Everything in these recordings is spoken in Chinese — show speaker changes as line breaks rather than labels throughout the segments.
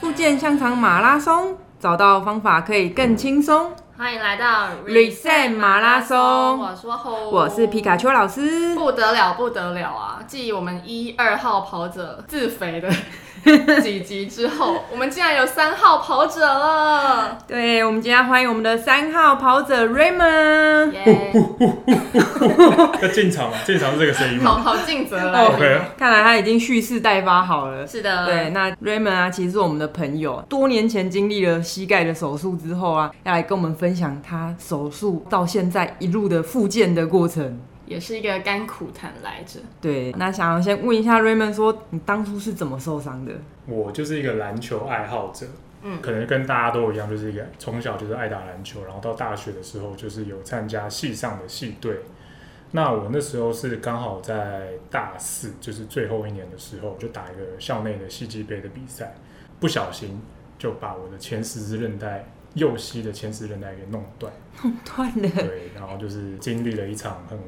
日健香肠马拉松，找到方法可以更轻松。
欢迎来到
Reset 马拉松
我说吼，
我是皮卡丘老师，
不得了，不得了啊！继我们一二号跑者自肥的 几集之后，我们竟然有三号跑者 了，
对我们今天欢迎我们的三号跑者 Raymond。
耶、
要进场 嘛？进场是这个声音
好
吗
好尽责 了。
哦
？OK，
看来他已经蓄势待发好了。
是的，
对，，那 Raymond 啊，其实是我们的朋友，多年前经历了膝盖的手术之后啊，要来跟我们分享他手术到现在一路的复健的过程。
也是一个甘苦谈来着。
对，那想要先问一下 Raymond 说，你当初是怎么受伤的？
我就是一个篮球爱好者，
嗯
可能跟大家都一样，就是一个从小就是爱打篮球，然后到大学的时候就是有参加系上的系队。那我那时候是刚好在大四，就是最后一年的时候，就打一个校内的戏剧杯的比赛，不小心就把我的前十字韧带，右膝的前十字韧带给弄 断。
断了。
对，然后就是经历了一场很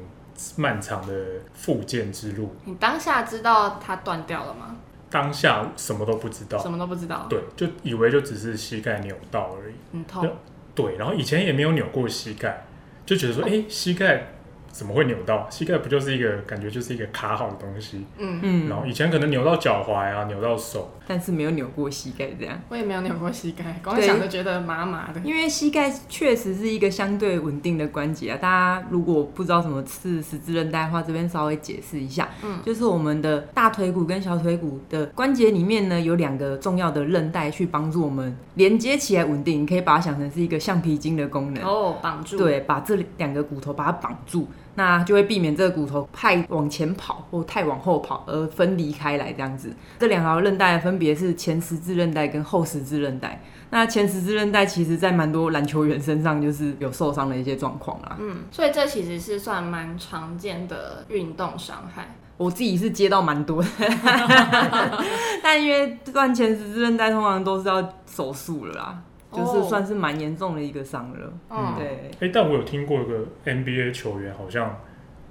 漫长的复健之路。
你当下知道它断掉了吗？
当下什么都不知道
什，么都不知
啊
道，
对，就以为就只是膝盖扭到而已。
很痛。
对，然后以前也没有扭过膝盖，就觉得说，哎、膝盖怎么会扭到？膝盖不就是一个感觉就是一个卡好的东西？
嗯，
嗯
然，后以前可能扭到脚踝啊，扭到手，
但是没有扭过膝盖这样，
我也没有扭过膝盖，光
对
想就觉得麻麻的。
因为膝盖确实是一个相对稳定的关节啊。大家如果不知道什么是十字韧带的话，这边稍微解释一下，
嗯
就是我们的大腿骨跟小腿骨的关节里面呢，有两个重要的韧带去帮助我们连接起来稳定，你可以把它想成是一个橡皮筋的功能。
哦，绑住，，
对，把这两个骨头把它绑住，那就会避免这个骨头太往前跑或太往后跑而分离开来这样子。这两条韧带分别是前十字韧带跟后十字韧带。那前十字韧带其实在蛮多篮球员身上就是有受伤的一些状况啦。
嗯，所以这其实是算蛮常见的运动伤害。
我自己是接到蛮多的， 但因为断前十字韧带通常都是要手术了啦，就是
哦
算是蛮严重的一个伤了。
嗯，
对，
哎、但我有听过一个 NBA 球员好像。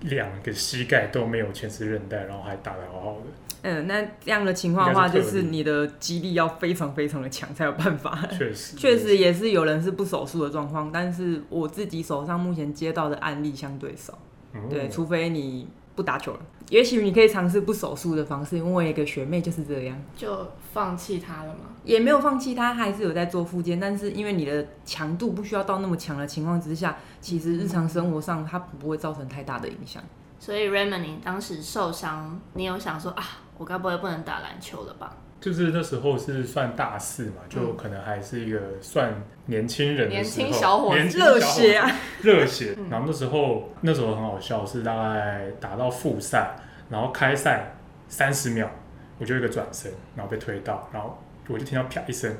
两个膝盖都没有前十字韧带，然后还打得好好的，
嗯，那这样的情况的话，
应该
就是
特例
是你的肌力要非常非常的强才有办法。
确实，
确实也是有人是不手术的状况，但是我自己手上目前接到的案例相对少，
嗯，
对，除非你不打球了，也许你可以尝试不手术的方式。因为我有一个学妹就是这样，
就放弃它了吗？
也没有放弃，她还是有在做复健，但是因为你的强度不需要到那么强的情况之下，其实日常生活上它不会造成太大的影响。
所以 Raymond，你当时受伤，你有想说啊，我该不会不能打篮球了吧？
就是那时候是算大四嘛，就
嗯
可能还是一个算年轻人的时候，
年轻小伙子
年轻小伙
热
子
血啊，
热血。然后那时候那时候很好笑，是大概打到复赛，然后开赛三十秒，我就一个转身，然后被推到，然后我就听到啪一声，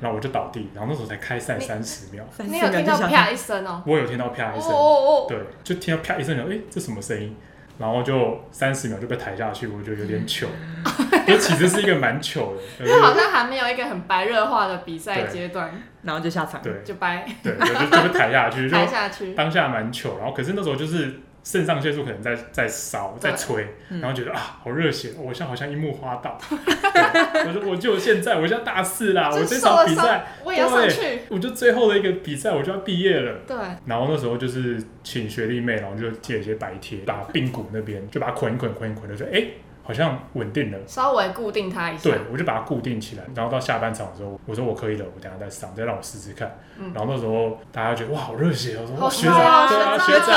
然后我就倒地，然后那时候才开赛三十秒，
三
你
四
有
秒
听
就
到
想
啪一声哦、
我有听到啪一
哦
声，
哦哦，
对，就听到啪一声，然后哎、诶这什么声音？然后就三十秒就被抬下去，我觉得有点糗，就其实是一个蛮糗的，呃
因为好像还没有一个很白热化的比赛
对
阶段，
然后就下场。
对
就掰
对，我就就被抬下去，就
拍下去。
当下蛮糗，然后可是那时候就是肾上腺素可能在在烧
对
在吹，
嗯
然后觉得啊好热血，我现在好像樱木花道， 对我就我就现在我现在大四啦，我
真
这
受了
场比
伤
赛，
我也要上去。
我就最后的一个比赛我就要毕业了。
对，
然后那时候就是请学弟妹，然后就借一些白贴，把髌骨那边就把它捆一捆捆一捆，就说哎、好像稳定了。
稍微固定它一下
对。，我就把它固定起来，然后到下半场的时候，我说我可以了，我等一下再上，再让我试试看。
嗯
然后那时候大家觉得哇，好热血哦！我说
好
哇，学
帅哦
长，对啊，
学
学
长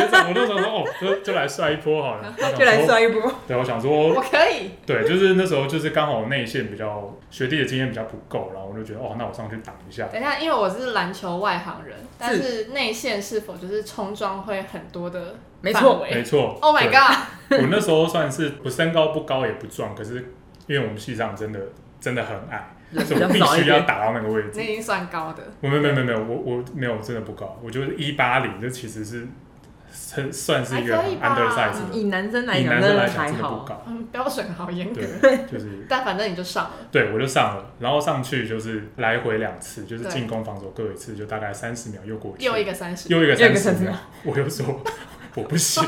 学长，我那时候说哦，就就来帅一波好了，
就来
帅。
摔一波，
对，我想
我
说，
可以，
对，就是那时候就是刚好内线比较学弟的经验比较不够，然后我就觉得哦，那我上去挡一下。
等一下，因为我是篮球外行人，但是内线是否就是冲撞会很多的
没
范
错，
没
围
错
？Oh my
对
god！
我那时候算是我身高不高也不壮，可是因为我们系上真的真的很矮，
人比
所以
较
我必
少一
须要
点。
打到那个位置。
你已经算高的，
我没有没有没有没有，我我没有真的不高，我就是一八零，这其实是很算是一个
还可以吧
under size 的，
以男生来
以
讲，
男
真
生来
的
讲
还
真的不
好。
高。
嗯，标准好严格。
对，就是
但反正你就上了，
对我就上了，然后上去就是来回两次，就是
对
进攻防守各一次，就大概三十秒又过去，
又一个三十，
又一个
又一
三
个
十
30
秒，我就 说我不行，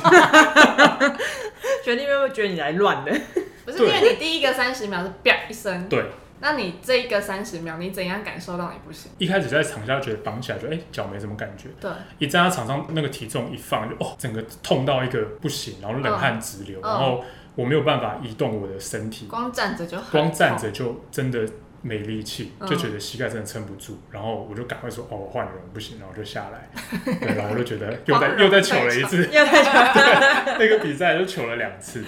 学弟妹会觉得你来乱的，
不是因
对
为你第一个三十秒是啪一声，
对，
那你这一个三十秒，你怎样感受到你不行？
一开始在场下觉得绑起来就哎脚、没什么感觉，
对，
一站到场上那个体重一放就哦整个痛到一个不行，然后冷汗直流，
嗯
然后我没有办法移动我的身体，
光站着就很
光站
痛，
着就真的没力气，
嗯
就觉得膝盖真的撑不住，然后我就赶快说哦我换人不行，然后就下 来，对，然后我就觉得又
光
再
荣
又再糗了一
退
次，
要太强，
那个比赛就糗了两次，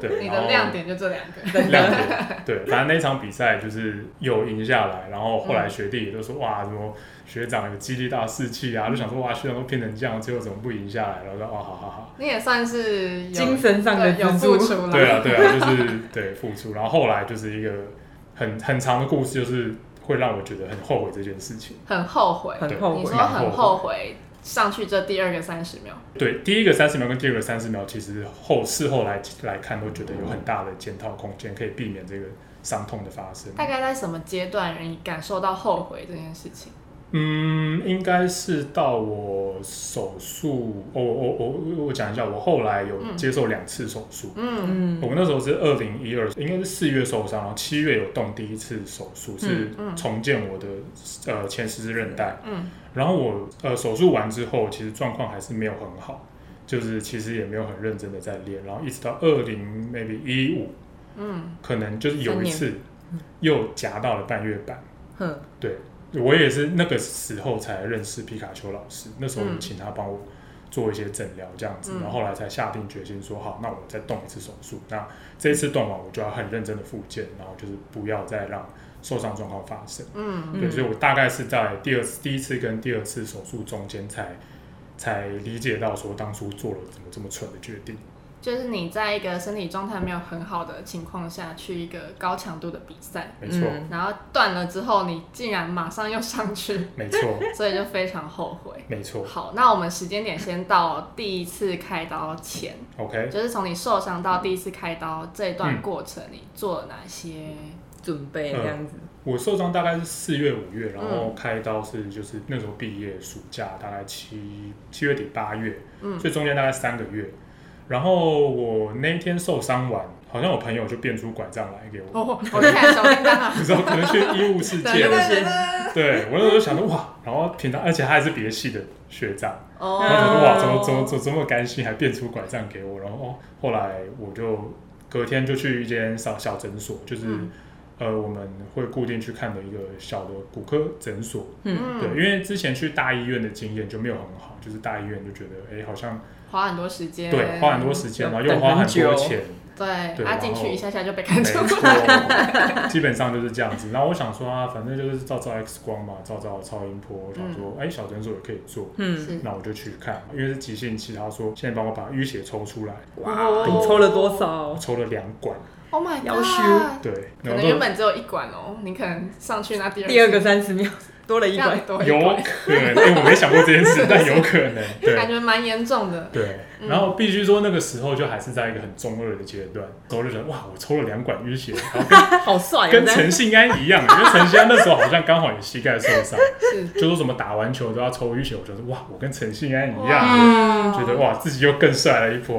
对，
你
然
的
后
亮点就这两个。
真
亮
的。
点，对，反正那一场比赛就是有赢下来，然后后来
嗯
学弟也都说、哇，什么学长有激励到士气啊，就想说哇，学长都变成这样，最后怎么不赢下来？然后说哦，好好好，
你也算是有
精神上的
对有
支
付
柱，
出了，
对啊，对啊，就是对付出，然后后来就是一个很很长的故事，就是会让我觉得很后悔这件事情。
很后悔。
很后
你
悔
说。很后悔上去这第二个三十秒，
对，第一个三十秒跟第二个三十秒，其实后事后来来看，都觉得有很大的检讨空间，可以避免这个伤痛的发生。
大概在什么阶段你感受到后悔这件事情？
嗯，应该是到我手术，哦我我我我我讲一下，我后来有
嗯
接受两次手术。
嗯，
嗯，
我那时候是二零一二，应该是四月受伤，然后七月有动第一次手术，是
嗯
重建我的呃前十字韧带。
嗯，
然后我呃手术完之后，其实状况还是没有很好，就是其实也没有很认真的在练，然后一直到二零 maybe 一五，
嗯，
可能就是有
三
一
年嗯
次又夹到了半月板。
哼，
对，我也是那个时候才认识皮卡丘老师，那时候有请他帮我做一些诊疗这样子，
嗯
然后后来才下定决心说好，那我再动一次手术，那这一次动完我就要很认真的复健，然后就是不要再让受伤状况发生。
嗯，
对，
嗯
所以我大概是在第二次、第一次跟第二次手术中间才才理解到说当初做了怎么这么蠢的决定。
就是你在一个身体状态没有很好的情况下去一个高强度的比赛，
没错，
嗯
然后断了之后，你竟然马上又上去，
没错，
所以就非常后悔。
没错。
好，那我们时间点先到第一次开刀前，
OK，
就是从你受伤到第一次开刀这一
嗯
段过程，你做了哪些？
准备这样子，
我受伤大概是四月、五月，然
嗯
后开刀是就是那时候毕业暑假，大概七七月底八月，
嗯
所以中间大概三个月。然后我那一天受伤完，好像我朋友就变出拐杖来给我，
哦，我看小叮当 啊，
你知道可能去医务 世
对
界
对，对
对我那时候想说哇，然后平常而且他还是别系的学长，
哦，
然后想说哇，怎么怎么怎么这么甘心，还变出拐杖给我。然后哦后来我就隔天就去一间小小诊所，就是、
嗯
呃我们会固定去看的一个小的骨科诊所。
嗯，
对，因为之前去大医院的经验就没有很好，就是大医院就觉得哎、好像
花很多时间，
对花很多时间，
要
然后又
等
花
很
很多
久
钱，
对，
对
他
然后
进去一下下就被赶
没
出
错
来，，
基本上就是这样子。然后我想说啊，反正就是照照 X 光嘛，照照超音波，我想说哎、小诊所也可以做。
嗯，
是
那我就去看，因为是急性期，他说现在帮我把淤血抽出来，
哇，你抽了多少
我？抽了两管，
，Oh my
要修
god，
对，
可
然
能
后
原本只有一管哦，你可能上去那第二
第二个三十秒， 多了一
让你
管，
多一
有
管，
可能，哎、我没想过这件事，但有 可能，
感
对
觉蛮严重 的，
对。然后必须说那个时候就还是在一个很中二的阶段，然后就觉得哇，我抽了两管淤血，然后跟
好帅哦，
跟
这样
陈信安一样， 因为陈信安那时候好像刚好也膝盖受伤，
是
就说什么打完球都要抽淤血，我觉得哇，我跟陈信安一样。
哇
觉得哇自己又更帅了一 波，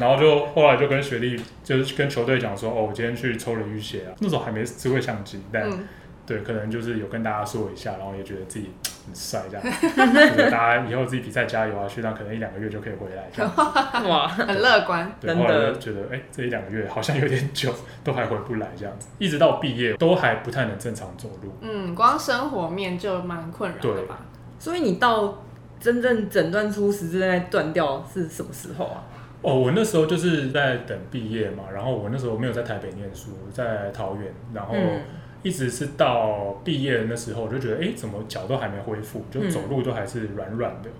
然后就后来就跟学弟就是跟球队讲说，哦，我今天去抽了淤血啊，那时候还没智慧相机，但、
嗯，
对，可能就是有跟大家说一下，然后也觉得自己很帅这样，觉得大家以后自己比赛加油啊，去那可能一两个月就可以回来这样子。
哇，
很乐观，
对，
真
后
的
来就觉得，哎、这一两个月好像有点久，都还回不来这样子，一直到毕业都还不太能正常走路。
嗯，光生活面就蛮困扰的
对
吧。
所以你到真正诊断出十字韧带断掉是什么时候啊？
哦，我那时候就是在等毕业嘛，然后我那时候没有在台北念书，在桃园，然后
嗯
一直是到毕业的那时候，我就觉得，哎、怎么脚都还没恢复，就
嗯
走路都还是软软的，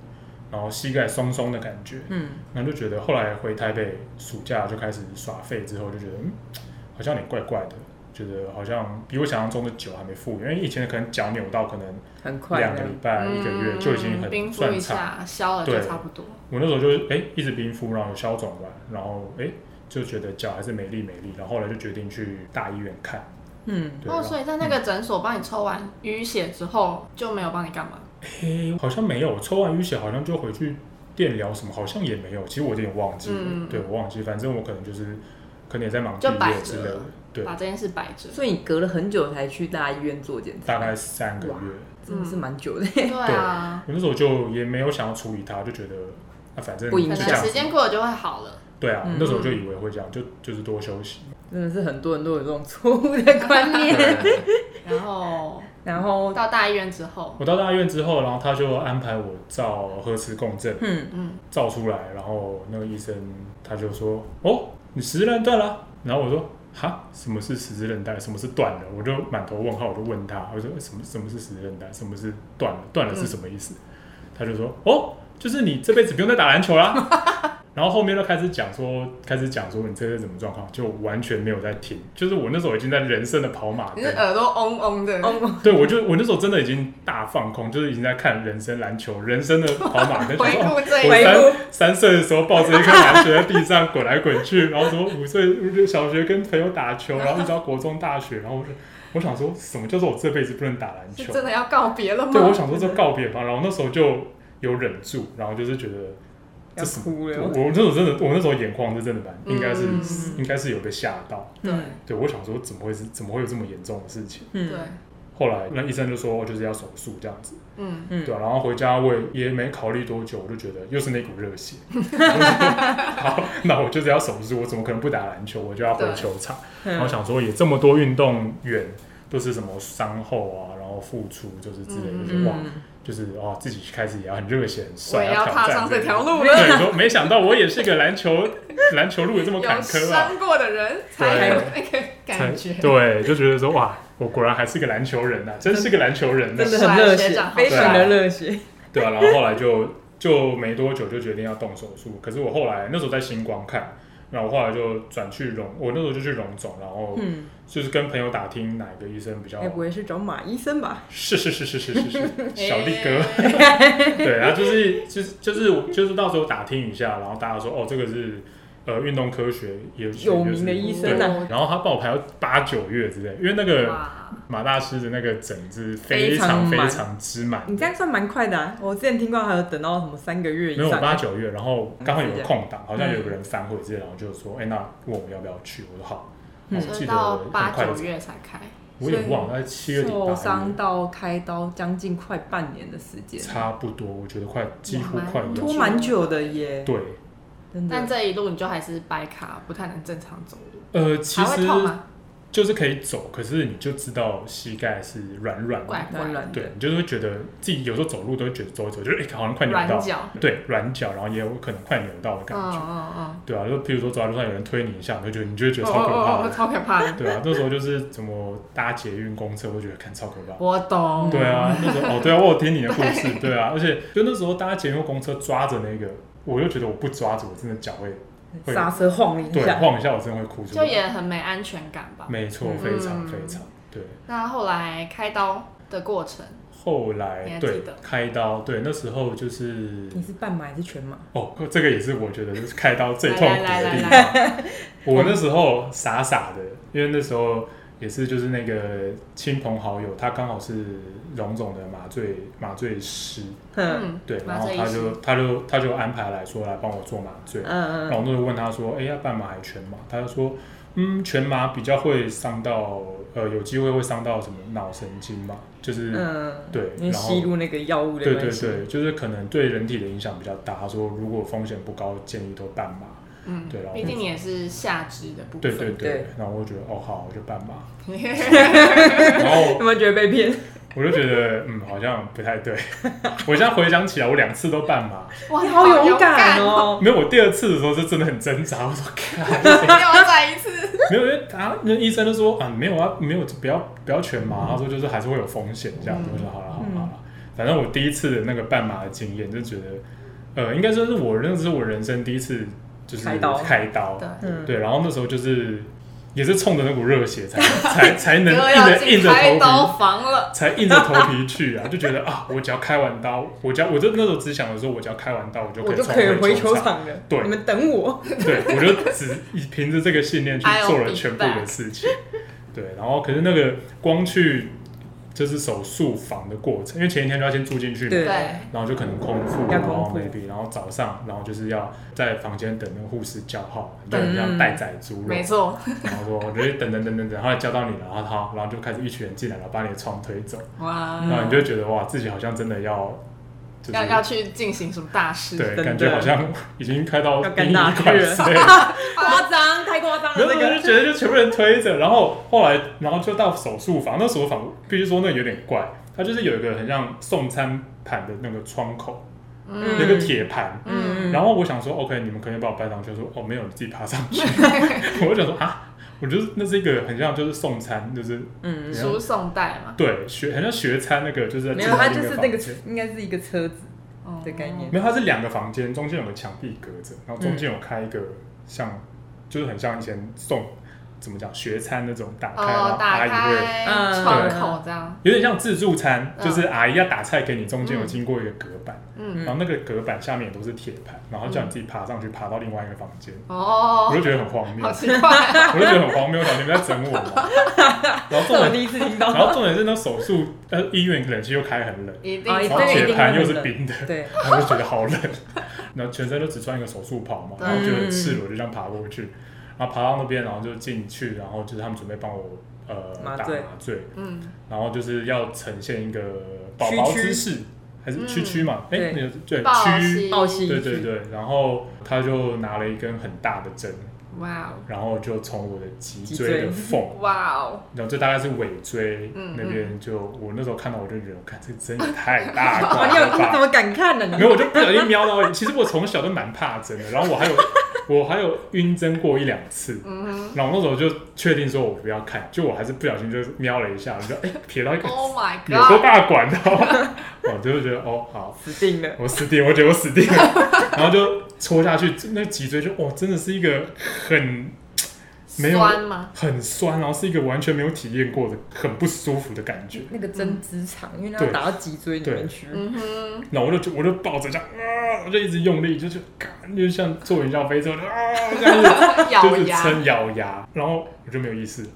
然后膝盖松松的感觉，
嗯，
然后就觉得后来回台北暑假就开始耍废，之后就觉得嗯，好像有点怪怪的，觉得好像比我想象中的久还没复原，因为以前可能脚扭到可能
很快啊
两个
这
礼
样，
拜、一个月就已经
嗯冰
很
敷一
算差。
下，消了就
对
差不多。
我那时候就是哎、一直冰敷，然后消肿完，然后哎、就觉得脚还是没力没力，然后后来就决定去大医院看。
嗯，
对啊
哦，所以在那个诊所帮你抽完淤血之后，就没有帮你干嘛？
诶、好像没有，抽完淤血好像就回去电疗什么，好像也没有。其实我有点忘记了，
嗯
对我忘记，反正我可能就是可能也在忙毕
就摆
业之类
着
的
了，
对
把这件事摆 着。
所以你隔了很久才去大医院做检查，
大概三个月
哇。真的是蛮久的。
对啊，
我那时候就也没有想要处理它，就觉得啊，反正
不影
可
就
响
这
能
样
时
子。
间过了就会好了。
对啊，
嗯
那时候就以为会这样，就就是多休息。
真的是很多人都有这种错误的观念。
然后
然后，
到大医院之后，
我到大院之后，然后他就安排我照核磁共振，
嗯，
嗯，
照出来，然后那个医生他就说：“哦，你十字韧带了。”然后我说：“哈，什么是十字韧带？什么是断了？”我就满头问号，我就问他，我说：“什么什么是十字韧带？什么是断了？断了是什么意思？”他就说：“哦，就是你这辈子不用再打篮球啦。” 然后后面就开始讲说，开始讲说你这是什么状况，就完全没有在停。就是我那时候已经在人生的跑马
你
灯
是，耳朵嗡嗡的，
哦，
对我就我那时候真的已经大放空，就是已经在看人生篮球、人生的跑马灯，
回
想说哦
顾这一
我
回
段，
顾
三三岁的时候抱着一颗篮球在地上滚来滚去，然后什么五岁小学跟朋友打球，然后一直到国中、大学，然后我就我想说什么叫做我这辈子不能打篮
是
球？
真的要告别了
对，我
吗？
想说这告别吧。然后那时候就有忍住，然后就是觉得这
要
是
哭
我
了。
我那时候真的，我那时候眼眶是真的蛮，应该是、
嗯
应该是有被吓到。
对
对，我想说怎么会是怎么会有这么严重的事情？
嗯，
对，
后来那医生就说哦就是要手术这样子。
嗯，
嗯
对、啊，然后回家我也也没考虑多久，我就觉得又是那股热 血，好，那我就是要手术，我怎么可能不打篮球？我就要回球场。然后
嗯，
想说也这么多运动员都是什么伤后啊，然后付出就是之类的，就哇，
嗯
就是哦自己开始也要很热血、很
我
帅，
也要踏
挑
上
战
这条
路。
路了。
对，说没想到我也是个篮球篮球路也这么坎
有
坷啊，
伤过的人才有那个感觉
才。对，就觉得说哇，我果然还是个篮球人呐、啊真是个篮球人啊呐、
真的很热
学
血
长，好
非常的热血。
对啊，然后后来就就没多久就决定要动手术。可是我后来那时候在星光看，然后我后来就转去荣，我那时候就去荣总，然后
嗯，
就是跟朋友打听哪个医生比较
哎该不会是找马医生吧？
是是是是是 是是小力哥，
哥，
对，然后就是就是就是我就是到时候打听一下，然后大家说哦这个是呃运动科学也
有名的医生
对
啊，
然后他帮我排到八九月之类，因为那个
哎哇，
马大师的那个诊是非
非
常
常
非
满
常之满的，
你这样算蛮快的啊！我之前听过还有等到什么三个月以
没有
上，
八九月，然后刚好有个空档，好像
嗯
有个人反悔之类，然后就说：“哎、那问我们要不要去？”我说：“好。”
嗯
我
所以
记得
到
很
八
快就
九，月才开，
我也忘了，大概七月底
受
八
伤
月，
到开刀将近快半年的时间，
差不多，我觉得快几乎
哇蛮
快一
拖
样。
蛮久的耶，
对，
真
但
的。
这一路你就还是掰卡，不太能正常走路，
呃，其
还会
实
痛吗？
就是可以走，可是你就知道膝盖是软软
怪
的，
怪
当
的
然
对你就是会觉得自己有时候走路都会觉得走一走，就是哎、好像快扭
软
到，
脚，
对，软脚，然后也有可能快扭到的感
嗯
觉，
嗯嗯，
对啊，就譬如说走在路上有人推你一下，你就觉得你就会觉得
哦
超可怕
哦
的
哦，，超可怕的，
对啊，那时候就是怎么搭捷运、公车，我觉得看超可怕。
我懂，
对啊，那时候哦，对啊，我有听你的故事，对啊，而且就那时候搭捷运、公车抓着那个，我就觉得我不抓着，我真的脚会会
刹车晃了一
对
下，
晃一下，我真的会哭出
就
来。
也很没安全感吧。
没错，
嗯
非常
嗯
非常对。
那后来开刀的过程，
后
你
来
还
对
记得
开刀，对那时候就是
你是半马还是全马？
哦，这个也是我觉得是开刀最痛苦
来
的
来
地
来
方。我那时候傻傻的，因为那时候也是就是那个亲朋好友，他刚好是荣总的麻醉麻醉师，
嗯
对，
麻
然后
醉
他
医师
就他就他就安排来说来帮我做麻醉，然
嗯嗯
后我那就问他说，哎、要半麻还是全麻？他就说，嗯，全麻比较会伤到，呃，有机会会伤到什么脑神经嘛，就是、
嗯，
对，
因为
然后
吸入那个药物的
对对
关系，
对，就是可能对人体的影响比较大。他说如果风险不高，建议都半麻。
嗯，
对然后
毕竟你也是下肢的部
对
分，
对对
对，
然后我就觉得哦好，我就 半麻。然后
有没有觉得被骗？
我就觉得嗯好像不太对。 我现在回想起来，我两次都半麻，
哇，
你
你
哦好勇
敢
敢！哦！
没有我第二次的时候是真的很挣扎，我说看，
又再一 次，
没有，因为他那医生就说啊没有啊没有，不要不要全麻，他说就是还是会有风险这样子。我说好了好了好了，嗯反正我第一次的那个半麻的经验就觉得，呃，应该说是我那是我人生第一次就是
开刀
开刀
对
嗯，
对，然后那时候就是也是冲着那股热血 才才才能
哥
硬
要
着
进
硬着
开
头皮，
刀房了，
才硬着头皮去啊，就觉得啊，我只要开完刀，我只要我就那时候只想着说，我只要开完刀，我就可
我
以
就
冲
可以回
球
球。场了。
对
你们等我。
对，我就只以凭着这
哎
个信念去
I'll
做了
be
全部的事情。对，然后可是那个光去就是手术房的过程，因为前一天就要先住进去嘛，
对
对，
然后就可能空腹，
要
然
空
后
腹
maybe，然后早上，然后就是要在房间等那个护士叫号，就很
嗯
像待宰猪肉，
没错，
然后说我就等等等等等，后来叫到你了，然后他，然后就开始一群人进来，然后把你的床推走，
哇
然后你就觉得哇，自己好像真的要，就是
要要去进行什么大事？
对，
真的
感觉好像已经开到
要
殡
干
仪
大
馆
事
之类的。
夸张，太夸张
没
了，
有，
这
我
个
就觉得就全部人推着，然后后来，然后就到手术房。那手术房必须说那有点怪，它就是有一个很像送餐盘的那个窗口，
嗯
有一个铁盘。
嗯
然后我想说，OK，你们可以把我搬上去。我说哦，没有，你自己爬上 去。 我就想说啊，我就是那是一个很像就是送餐，就是
嗯，
输送带嘛，
对学很像学餐那个，就是在
没有，它就是
进到
那
另一
个
个房间
应该是一个车子
哦
嗯的概念，
没有，它是两个房间，中间有个墙壁隔着，然后中间有开一个像，就是很像以前送怎么讲学餐那种打开，
哦，打
然后阿姨会。
开
嗯
窗口这样，
有点像自助餐，
嗯
就是阿姨要打菜给你，中间有经过一个隔板，
嗯，
然后那个隔板下面也都是铁盘，然后叫你自己爬上去，爬到另外一个房间，
哦
我就，觉得很荒谬，
好奇 怪，
我就觉得很荒谬，我想你们在整 我吗？然后
这我
重点，
第一次听
然
到，
后重点是那手术，呃，医院冷气又开很冷，
哎一定
哦
是
这个
然后
一定
铁盘又是
很冷
冰的，
对，
然后就觉得好冷，然后全身都只穿一个手术袍嘛，
对
然后就很赤裸就这样爬过去，然后爬到那边，然后就进去，然后就是他们准备帮我呃
麻
打
醉
麻醉，
嗯，
然后就是要呈现一个宝宝姿势，还是区区嘛？哎、
对
那个对
抱
区，
膝
抱膝
对对对。然后他就拿了一根很大的针，
哇哦，
然后就从我的脊
脊
椎的
椎
缝，
哇哦，
然后这大概是尾椎
嗯
那边就，我那时候看到我就觉得，我看这个针也太大
哇，你
块
有你
了
怎
吧？
么敢看呢？
没
你
有，我就不小心瞄到。其实我从小都蛮怕针的，然后我还有我还有晕针过一两次。
嗯
然后那时候就确定说我不要看，就我还是不小心就瞄了一下，我就哎瞥到一个
哼，Oh my
有多
god，
大管的、哦，我就会觉得哦好，
死定了，
我死定，我觉得我死定了，然后就戳下去，那脊椎就哦真的是一个很没有
酸吗？
很酸，然后是一个完全没有体验过的很不舒服的感觉，
那个针织厂，因为它
对
要打到脊椎里面去，
嗯哼，
然后我就我就抱着这样啊，我就一直用力，就是感就像坐云霄飞车就啊这样子，
咬
就是
牙，
撑咬牙，然后我就没有意识，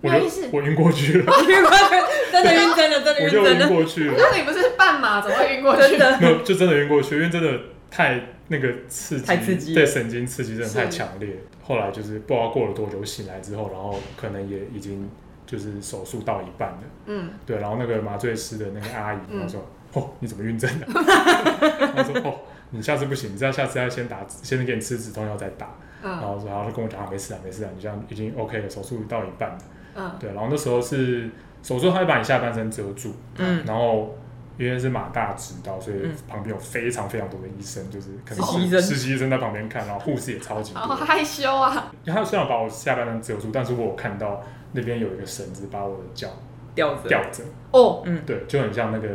我
没有意识
就我晕过去了，
晕过去 真的晕真的真的
我
晕
就
真
晕
的
过去了。
那你不是半马怎么会晕过
真？
去
的，
没有，就真的晕过去，因为真的太那个刺激，
太刺激了
对神经刺激真的
是
太强烈。后来就是不知道过了多久醒来之后，然后可能也已经就是手术到一半了，
嗯，
对，然后那个麻醉师的那个阿姨
嗯
她说：“哦，你怎么晕针 了？”她说：“哦，你下次不行，你知道下次要先打，先给你吃止痛药再打。”然
嗯
后然后就跟我讲：“啊没事啊，没事啊，你这样已经 OK 了，手术到一半了。”
嗯，
对，然后那时候是手术，他会把你下半身遮住，
嗯，
然后因为是马大指导，所以
嗯
旁边有非常非常多的医生，就是可
实习生
能是实习医生在旁边看，然后护士也超级
好
多。
害羞啊，
因为他虽然把我下半身遮住，但是我有看到那边有一个绳子把我的脚
吊着，
吊着，
哦，
对，就很像那个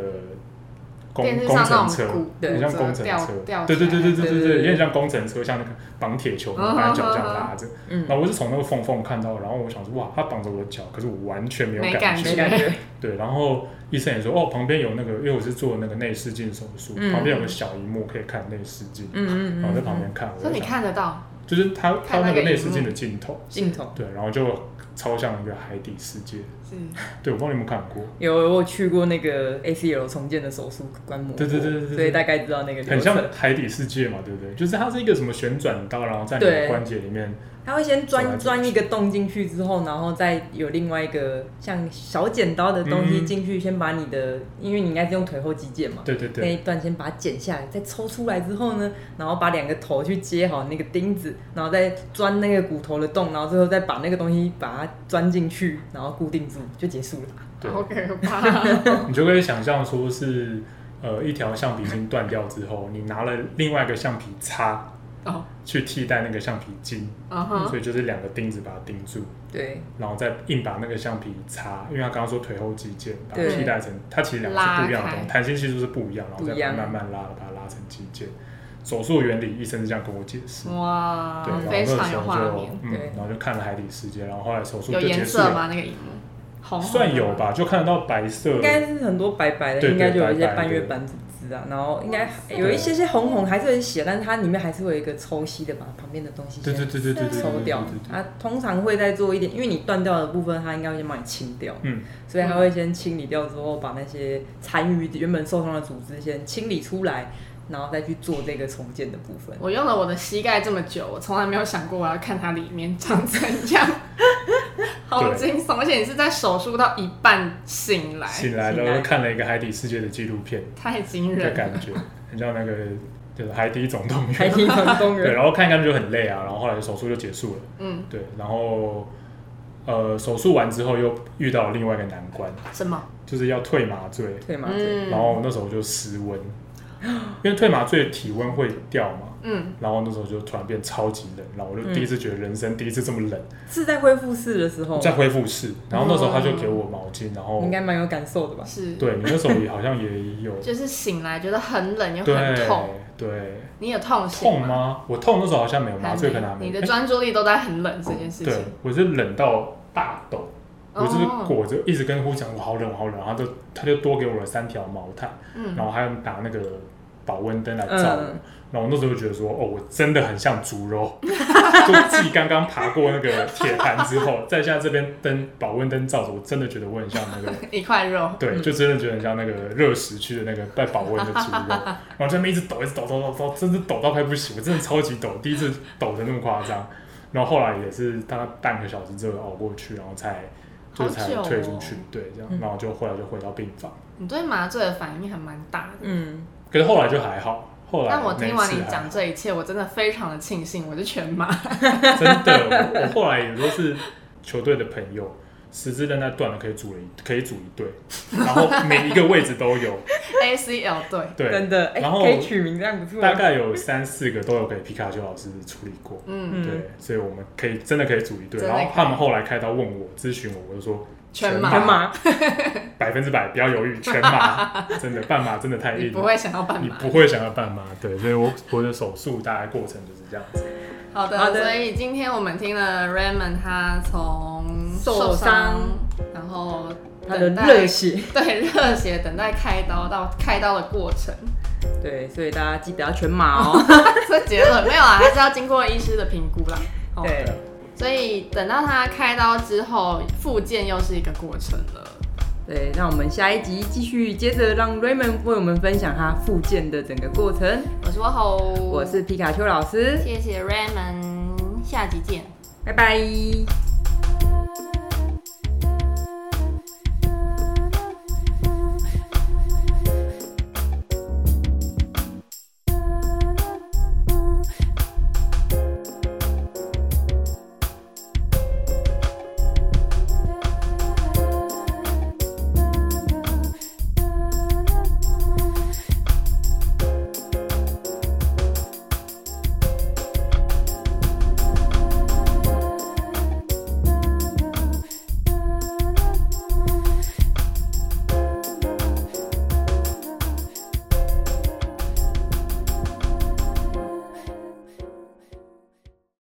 工
电视
工
上那
程车
种，骨
对
很像工程
吊
车，
吊
对对对
对
对对
对
对
对
对，有点像工程车，像那个绑铁球，然后把脚这样拉着。
嗯
然，后我是从那个缝缝看到，然后我想说，哇，他绑着我的脚，可是我完全没有
没
感
感
觉，
没感觉，
对，然后医生也说，哦，旁边有那个，因为我是做那个内视镜手术，
嗯
旁边有个小荧幕可以看内视镜，
嗯嗯
然后在
嗯
旁
嗯，
边看，我
所
就
以你
想，
看得到，
就是他他
看那
那
个
个
荧幕
内视镜的镜头，
镜头
对，然后就超像一个海底世界，
是
对我帮你们看过，
有我有去过那个 ACL 重建的手术观摩过，
对对对对对对
所以大概知道那个流
很像
程。
海底世界嘛，对不对？就是它是一个什么旋转刀，然后在你
对
的关节里面，
他会先
走来
钻
走去
钻一个洞进去之后，然后再有另外一个像小剪刀的东西
嗯
进去，先把你的，因为你应该是用腿后肌腱嘛，
对对
那
对，
一段先把它剪下来，再抽出来之后呢，然后把两个头去接好那个钉子，然后再钻那个骨头的洞，然后最后再把那个东西把它钻进去，然后固定住就结束了。
对
好可 怕，
你就可以想象说是。呃，一条橡皮筋断掉之后，你拿了另外一个橡皮擦
哦，
去替代那个橡皮筋，
嗯哼，
所以就是两个钉子把它钉住。
对，
然后再硬把那个橡皮擦，因为他刚刚说腿后肌腱，把它
对
替代成它其实两个是不一样的东
拉开
西，弹性系数是不一样，然后再
不一样
把它慢慢拉，把它拉成肌腱。手术原理，医生是这样跟我解释。
哇
对，然后，
非
那时
常有
候
画
就
面，
嗯
对，
然后就看了海底世界，然后后来手术
有
就结
颜
束
色
了，
吗？那个荧幕红红的吗
算有？吧，就看得到白色
应，该是很多白白的，
对
应该就有一些
白白的
半月板组织丝啊，然后应该有一些些红红还是会血，但是它里面还是会有一个抽吸的，把旁边的东西
对
先
对对对对对对，
抽掉
对对。对
它通常会再做一点，因为你断掉的部分，它应该会先帮你清掉，
嗯，
所以它会先清理掉之后，把那些残余原本受伤的组织先清理出来，然后再去做这个重建的部 分。
我用了我的膝盖这么久，我从来没有想过我要看它里面长怎 样，好惊悚！而且你是在手术到一半醒来，
醒来
醒来
了，看了一个海底世界的纪录片
太惊
的
人了。
感觉，很像那个就是海底总动
海
员。
底总动
对，
员，
然后看一看就很累啊，然后后来手术就结束了。
嗯，
对，然后呃，手术完之后又遇到另外一个难关，
什么？
就是要退麻醉。
对吗？
嗯，
然后那时候就失 温，因为退麻醉体温会掉嘛。
嗯，
然后那时候就突然变超级冷，然后我就第一次觉得人生第一次这么冷，
是在恢复室的时
哦
候，
在恢复室。然后那时候他就给我毛巾，然后
嗯
应该蛮有感受的吧？
是，
对你那时候也好像也 有
就是醒来觉得很冷又很
对
痛，
对
你有痛醒
痛？吗？我痛那时候好像没有麻醉，可能还
你
没。
的
哎
专注力都在很冷这件事
对
情。，
我是冷到大抖，我就是
哦
裹着一直跟护士讲我好冷我好冷，然后他就他就多给我了三条毛毯，
嗯
然后还有拿那个保温灯来照我。
嗯，
然后我那时候就觉得说，哦，我真的很像猪肉，就自己刚刚爬过那个铁盘之后，再下这边灯保温灯照着，我真的觉得我很像那个，
一块肉，
对，就真的觉得很像那个热食区的那个在保温的猪肉， 然后这边一直抖，一直抖，抖抖抖，真的抖到快不行，我真的超级抖，第一次抖的那么夸张。然后后来也是大概半个小时之后熬过去，然后才就
好
才
久哦
退出去，对，这样
嗯，
然后就后来就回到病房，
你对麻醉的反应还蛮大的。
嗯，
可是后来就还好。后来
但我
那一
听完
次
你
还好
讲这一切，我真的非常的庆幸，我是全麻。
真的，我我后来也都是球队的朋友，十字韧带断了可以组了一可以组一队，然后每一个位置都有，
ACL 对，
对，
真的，哎，
然后
可以取名这样不错。啊
大概有三四个都有给皮卡丘老师处理过，
嗯，
嗯
对，所以我们可以真的可以组一队。
真的
然后他们后来开刀问我咨询我，我就说
全麻
麻，
干嘛？
百分之百不要犹豫，全 麻，真的半麻真的太
你
硬
不
了。
会想要半
哎你
麻。
不会想要半麻，对，所以我我的手术大概过程就是这样子，
好的，
好的
所以今天我们听了 Raymond 他从
受伤
伤，然后
他的
等待
热血，
对热血等待开刀到开刀的过程，
对，所以大家记得要全麻 哦。
这结论没有啊，还 是要经过医师的评估啦。哦
对，
所以等到他开刀之后，复健又是一个过程了。
对，那我们下一集继续接着让 Raymond 为我们分享他复健的整个过程。
我是 w 吼，
我是皮卡丘老师，
谢谢 Raymond，下集见。
拜拜。